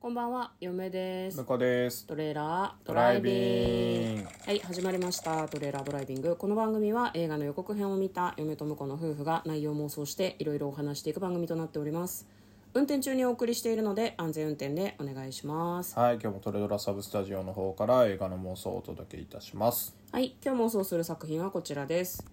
こんばんは、嫁です向。こうですトレーラードドラライイビビンンググはい始まりましたトレーラードライビングこの番組は映画の予告編を見た嫁と婿の夫婦が内容妄想していろいろお話していく番組となっております運転中にお送りしているので安全運転でお願いしますはい今日もトレドラサブスタジオの方から映画の妄想をお届けいたしますはい今日妄想する作品はこちらです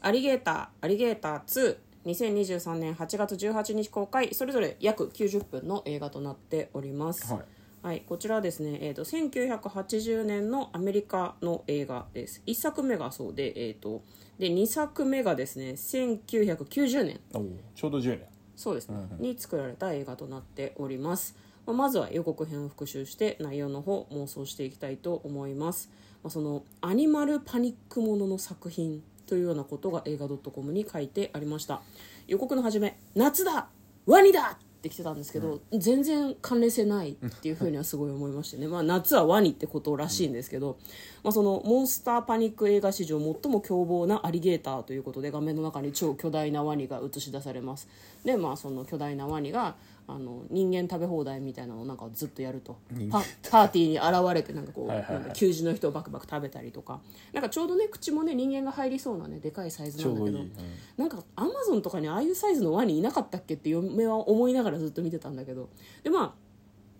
アリゲーターアリゲーター2 2023年8月18日公開それぞれ約90分の映画となっております、はいはい、こちらはですね、えー、と1980年のアメリカの映画です1作目がそうで,、えー、とで2作目がですね1990年おうちょうど10年そうですね、に作られた映画となっております、まあまずは予告編を復習して内容の方妄想していきたいと思います、まあ、そのアニマルパニックものの作品というようなことが映画 .com に書いてありました予告の初め「夏だワニだ!」って来てたんですけど、全然関連性ないっていうふうにはすごい思いましてね、まあ、夏はワニってことらしいんですけど、まあ、そのモンスターパニック映画史上最も凶暴なアリゲーターということで画面の中に超巨大なワニが映し出されますでまあその巨大なワニがあの人間食べ放題みたいなのをなんかずっとやるとパパーティーに現れてなんかこうはいはいはいなんか求人の人をバクバク食べたりとかなんかちょうどね口もね人間が入りそうなねでかいサイズなんだけちょどうどいいうんなんかアマゾンとかにああいうサイズのワニいなかったっけって嫁は思いながらずっと見てたんだけどでま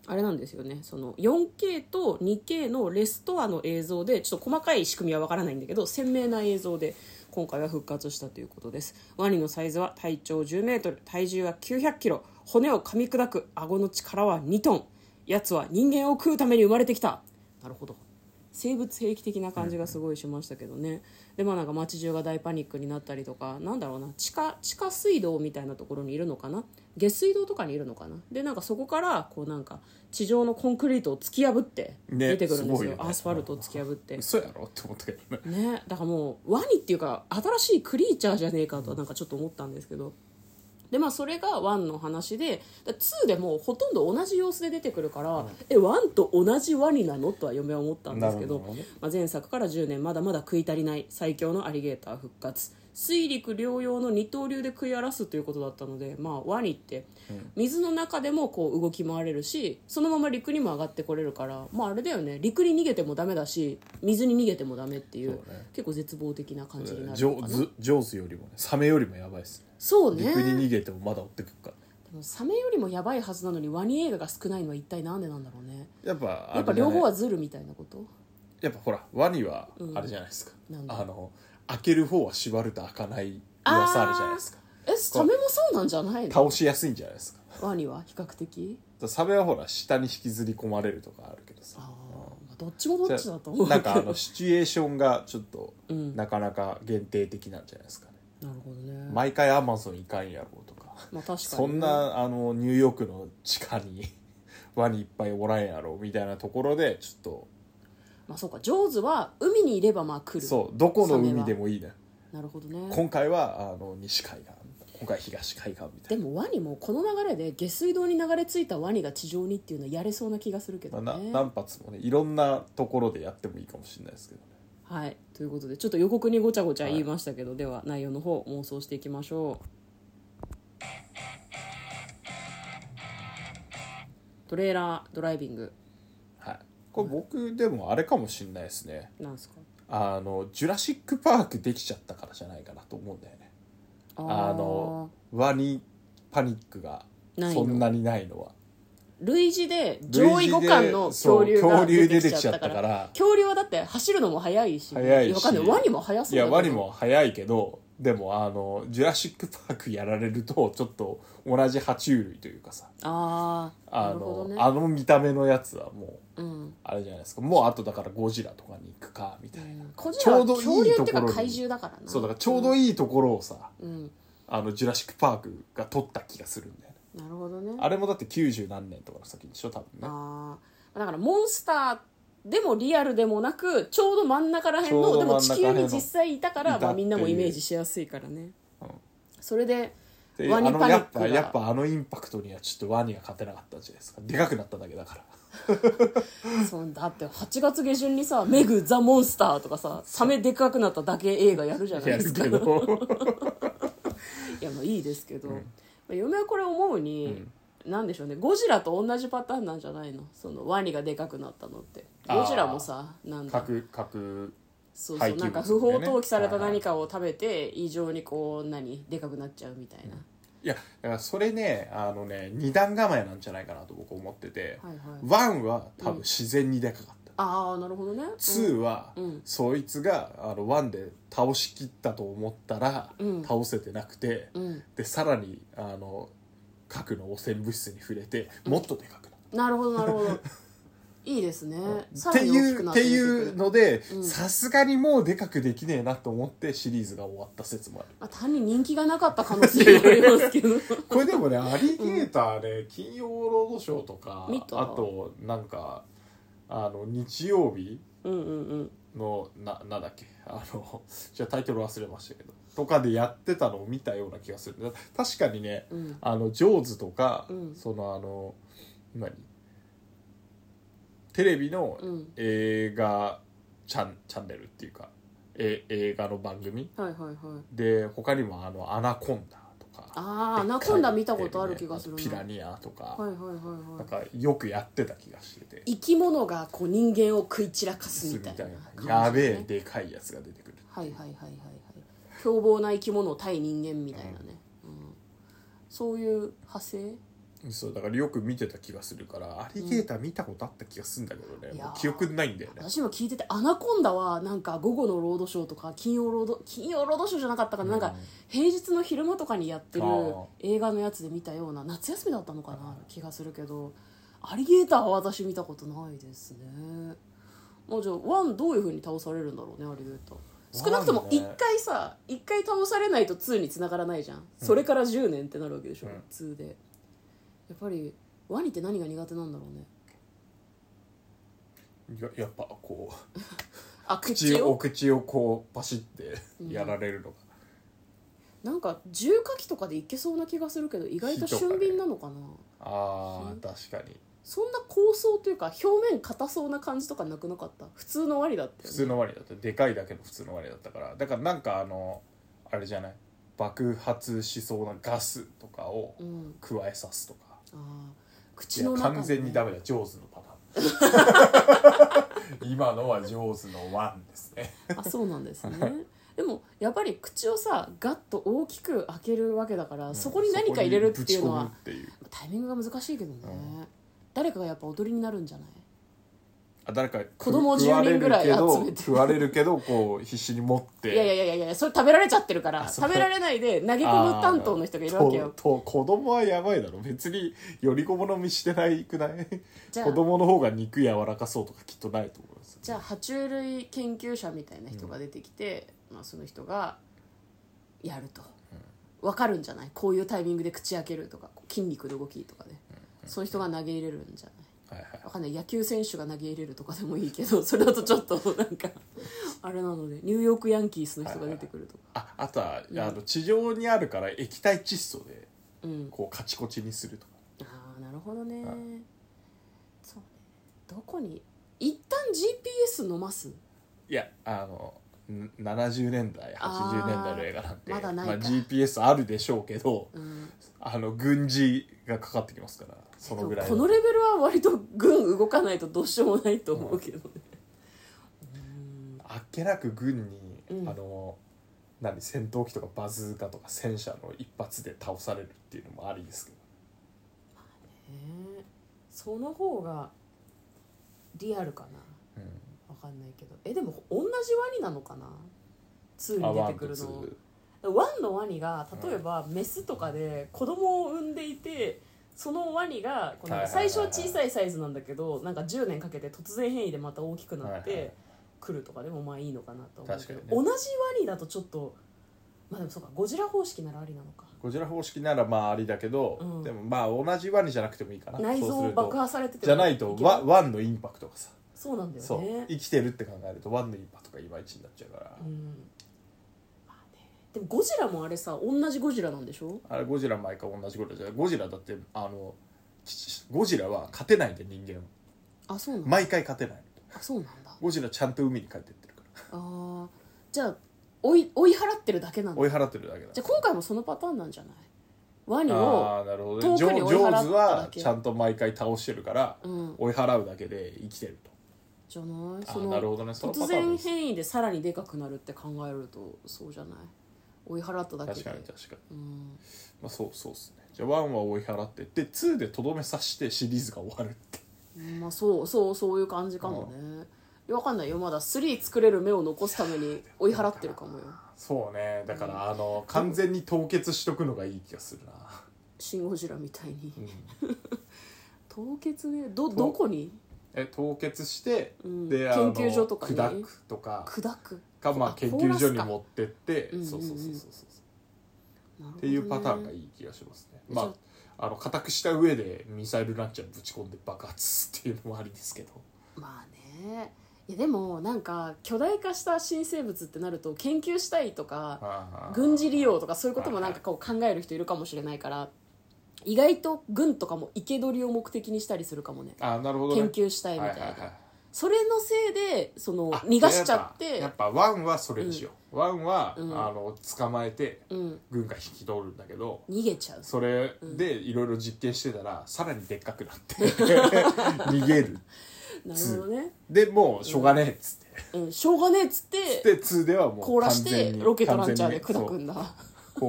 ああれなんですよねその 4K と 2K のレストアの映像でちょっと細かい仕組みはわからないんだけど鮮明な映像で今回は復活したということですワニのサイズは体長1 0メートル体重は9 0 0キロ骨を噛み砕く顎の力は2トンやつは人間を食うために生まれてきたなるほど生物兵器的な感じがすごいしましたけどね、でまあなんか街中が大パニックになったりとかなんだろうな地下地下水道みたいなところにいるのかな下水道とかにいるのかなでなんかそこからこうなんか地上のコンクリートを突き破ってね出てくるんですすごよいよねアスファルトを突き破って嘘やろって思ったけどねねだからもうワニっていうか新しいクリーチャーじゃねえかとはなんかちょっと思ったんですけどでまあそれが1の話でだ2でもうほとんど同じ様子で出てくるから、え1と同じワニなのとは嫁は思ったんですけどなるほどねまあ、前作から10年まだまだ食い足りない最強のアリゲーター復活水陸両用の二刀流で食い荒らすということだったので、まあ、ワニって水の中でもこう動き回れるしそのまま陸にも上がってこれるから、まあ、あれだよね陸に逃げてもダメだし水に逃げてもダメっていうそうね結構絶望的な感じになる上のかな手上手よりもねサメよりもやばいっすねそうね陸に逃げてもまだ追ってくるからでもサメよりもやばいはずなのにワニ映画が少ないのは一体なんでなんだろうねやっぱあやっぱれじゃ両ない方はズルみたいなことやっぱほらワニはあれじゃないですか、なんだあの開ける方は縛ると開かない噂あるじゃないですかあーえサメもそうなんじゃないの倒しやすいんじゃないですかワニは比較的サメはほら下に引きずり込まれるとかあるけどさあーまあどっちもどっちだと思うなんけかどあのシチュエーションがちょっとうんなかなか限定的なんじゃないですかね、なるほどね毎回アマゾンいかんやろうとかまあ確かにねそんなあのニューヨークの地下に ワニいっぱいおらんやろみたいなところでちょっとまあそうかジョーズは海にいればまあ来るそうどこのサメ海はでもいいななるほどね今回はあの西海岸今回東海岸みたでいな。もワニもこの流れで下水道に流れ着いたワニが地上にっていうのはやれそうな気がするけどまあね、な何発もねいろんなところでやってもいいかもしれないですけどねはいということでちょっと予告にごちゃごちゃ言いましたけど、では内容の方妄想していきましょうトレーラードライビングはいこれ僕でもあれかもしれないですねなんですかあのジュラシック・パークできちゃったからじゃないかなと思うんだよねああーのワニパニックがないのそんなにないのは類似で上位互換の恐竜そうが恐出竜て出てききちちゃゃっったたかからら恐竜はだって走るのも速いし速いしわかんないワニも速そういだやけどワニも早いけどでもあのジュラシック・パークやられるとちょっと同じ爬虫類というかさああなあるほの,、どねあの見た目のやつはもううんあれじゃないですかもうあとだからゴジラとかに行くかみたいな、こちょうどいいとこ恐ろ竜にっていうか怪獣だからなそうだからちょうどいいところをさ、うんあのジュラシック・パークが撮った気がするんだよねなるほどねあれもだって90何年とかの先でしょ多分ねあーだからモンスターでもリアルでもなくちょうど真ん中らへんちょうのどでも真ん地中ら球へんのに実際いたからいたっていうまあ、みんなもイメージしやすいからね、うんそれででワニあのパニやッっクがぱやっぱあのインパクトにはちょっとワニが勝てなかったんじゃないですかでかくなっただけだからそんだって8月下旬にさ「メグ・ザ・モンスター」とかさサメでかくなっただけ映画やるじゃ ないやでるすかけど いやまあいいですけど、まあ嫁はこれ思うに、なんでしょうねゴジラと同じパターンなんじゃないのそのワニがでかくなったのってあーゴジラもさなんだ核核そう廃そう棄なんか不物だ法よね投棄されたはいはい何かを食べて異常にこう何でかくなっちゃうみたいな、いやだからそれねあのね二段構えなんじゃないかなと僕思ってて、はいはいワンは多分自然にでかかった、ああなるほどね2は、うんそいつがあの1で倒しきったと思ったら、うん倒せてなくて、うん、うんでさらにあの核の汚染物質に触れてもっとでかくなっなるほどなるほ どいいですねた、さっらてにい大きうくなっってて出てくるいうのでうんさすがにもうでかくできねえなと思ってシリーズが終わった説もあるまあ、単に人気がなかった可能性もありますけどこれでもねアリゲーターね、金曜ロードショーとか見たあとなんかあの日曜日うんうんうんのななんだっけあのじゃあタイトル忘れましたけどとかでやってたのを見たような気がするだ確かにねうんあのジョーズとか、うんそのあの何テレビのうん映画チャンチャンネルっていうかえ映画の番組はいはいはいで他にもあの「アナコンダ」とかああアでっかいナコンダ見たことある気がするあなとピラニアとか、はいはいはいはなんかよくやってた気がしててい生き物がこう人間を食い散らかすみたいなみ感じ、たいなやべえでかいやつが出てくるはいはいはいはいはい凶暴な生き物対人間みたいなね、うんそういう派生そうだからよく見てた気がするからアリゲーター見たことあった気がするんだけどね、うんもう記憶ないんだよね私今聞いてて「アナコンダ」はなんか午後のロードショーとか金曜ロード金曜ロードショーじゃなかったかな,、なんか平日の昼間とかにやってるあー映画のやつで見たような夏休みだったのかな気がするけどアリゲーターは私見たことないですねもうじゃあワンどういうふうに倒されるんだろうねアリゲーター少なくともワンね1回さ1回倒されないと2に繋がらないじゃんそれから10年ってなるわけでしょ、うん2でやっぱりワニって何が苦手なんだろうねややっぱこうあ口口をおを口をこうパシってうんやられるのが、なんか重火器とかでいけそうな気がするけど意外と火とかね俊敏なのかなあうんー確かにそんな構想というか表面硬そうな感じとかなくなかった普通の割だったよね普通のワニだったでかいだけの普通のワニだったからだからなんかあのあれじゃない爆発しそうなガスとかをうん加えさすとか、あーい口やの中、ね、完全にダメだジョーズのパタ ーン今のはジョーズのワンですねあそうなんです ねでもやっぱり口をさガッと大きく開けるわけだから、そこに何か入れるっていうのはそこにぶち込むっていうタイミングが難しいけどね、うん誰かがやっぱ踊りになるんじゃないあ誰か子供食われ10人るぐらいけど集めて食われるけどこう必死に持っていやいやいやいやそれ食べられちゃってるからあそう食べられないで投げ込む担当の人がいるわけよとと子供はやばいだろ別により好みしてないくないじゃあ子供の方が肉柔らかそうとかきっとないと思いますじゃあ爬虫類研究者みたいな人が出てきて、まあ、その人がやると、わかるんじゃないこういうタイミングで口開けるとかこう筋肉の動きとかで、その人が投げ入れるんじゃないはいはいわかんない野球選手が投げ入れるとかでもいいけどそれだとちょっと なんかあれなのでニューヨークヤンキースの人が出てくるとか、ああとは、あの地上にあるから液体窒素でうんこうカチコチにするとかああなるほどね、はいそうねどこに一旦 GPS 飲ますいやあのん70年代あー80年代の映画なんてまだないまかあ、GPS あるでしょうけどうんあの軍事がかかってきますからそでのもぐらいこのレベルは割と軍動かないとどうしようもないと思うけどね、あっけなく軍に、うんあの何戦闘機とかバズーカとか戦車の一発で倒されるっていうのもありですけどへえその方がリアルかなうわかんないけどえでも同じワニなのかな2んあに出ワてンくとるツのーワンのワニが例えばメスとかで子供を産んでいてそのワニがこうなんかはいはいはいは最い初は小さいサイズなんだけどなんか10年かけて突然変異でまた大きくなっはいはいてくるとかでもまあいいのかなと思うけど、確か同にじワニだとちょっとまあでもそうかゴジラ方式ならありなのかゴジラ方式ならまあありだけど、うんでもまあ同じワニじゃなくてもいいかな内そうす臓ると爆破されててじゃないとけるワワンのインパクトがさ、そうなんだよそうね生きてるって考えるとワンのインパクトがいまいちになっちゃうから、うんまあねでもゴジラもあれさ同じゴジラなんでしょあれゴジラ毎回同じことじゃゴジラだってあのちゴジラは勝てないんで人間あそうなんだ毎回勝てないあそうなんだゴジラちゃんと海に帰ってってるかあらーじゃあ追い追い払ってるだけなんだ追い払ってるだけだじゃあ今回もそのパターンなんじゃないワニあをあなるほど遠ねくジョにー追ジいョ払っただけーズはちゃんと毎回倒してるから、うん追い払うだけで生きてるとじゃないあそーなるのほどねそのパ突ターン然です変異でさらにでかくなるって考えるとそうじゃない追い払っただけで確かに確かに、うんまあ、そうそうっすねじゃあ1は追い払ってで2でとどめさしてシリーズが終わるってまあそうそうそういう感じかもねいやわかんないよまだ3作れる目を残すために追い払ってるかもよそうねだからあの完全に凍結しとくのがいい気がするな、シン・ゴジラみたいにうん凍結ねどどこにえ凍結して、うんで研あの究所とかに砕くとか砕くか、まあ、あ研究所に凍らすか持ってってうんうんうんそうそうそうそうそうなるほどねっていうパターンがいい気がしますねじゃまああの固くした上でミサイルランチャーぶち込んで爆発っていうのもありですけどまあねいやでもなんか巨大化した新生物ってなると研究したいとかあー軍事利用とかそういうこともなんかこう考える人いるかもしれないから意外と軍とかも生け捕りを目的にしたりするかもねあーなるほど、ね、研究したいみたいはいはいはないそれのせいでそのあ逃がしちゃっやてっぱワンはそれにしよう、ワンは、うんあの捕まえてうん軍が引き取るんだけど、逃げちゃうそれでいろいろ実験してたらさらにでっかくなって 逃げるなるほどねでもうしょうがねえっつって、うんしょうがねえっつってで2ではもう凍らして完全にロケットランチャーで完全砕にくんだそう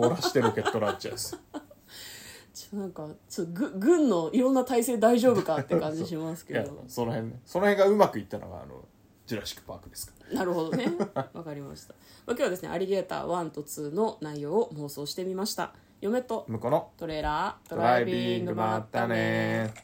凍らしてロケットランチャーですちょなんかちょぐ軍のいろんな体制大丈夫かって感じしますいけやどその辺ねその辺がうまくいったのがあのジュラシック・パークですからなるほどねわかりました、まあ、今日はですねアリゲーター1と2の内容を妄想してみました嫁と向こうのトレーラードドライビングもあったね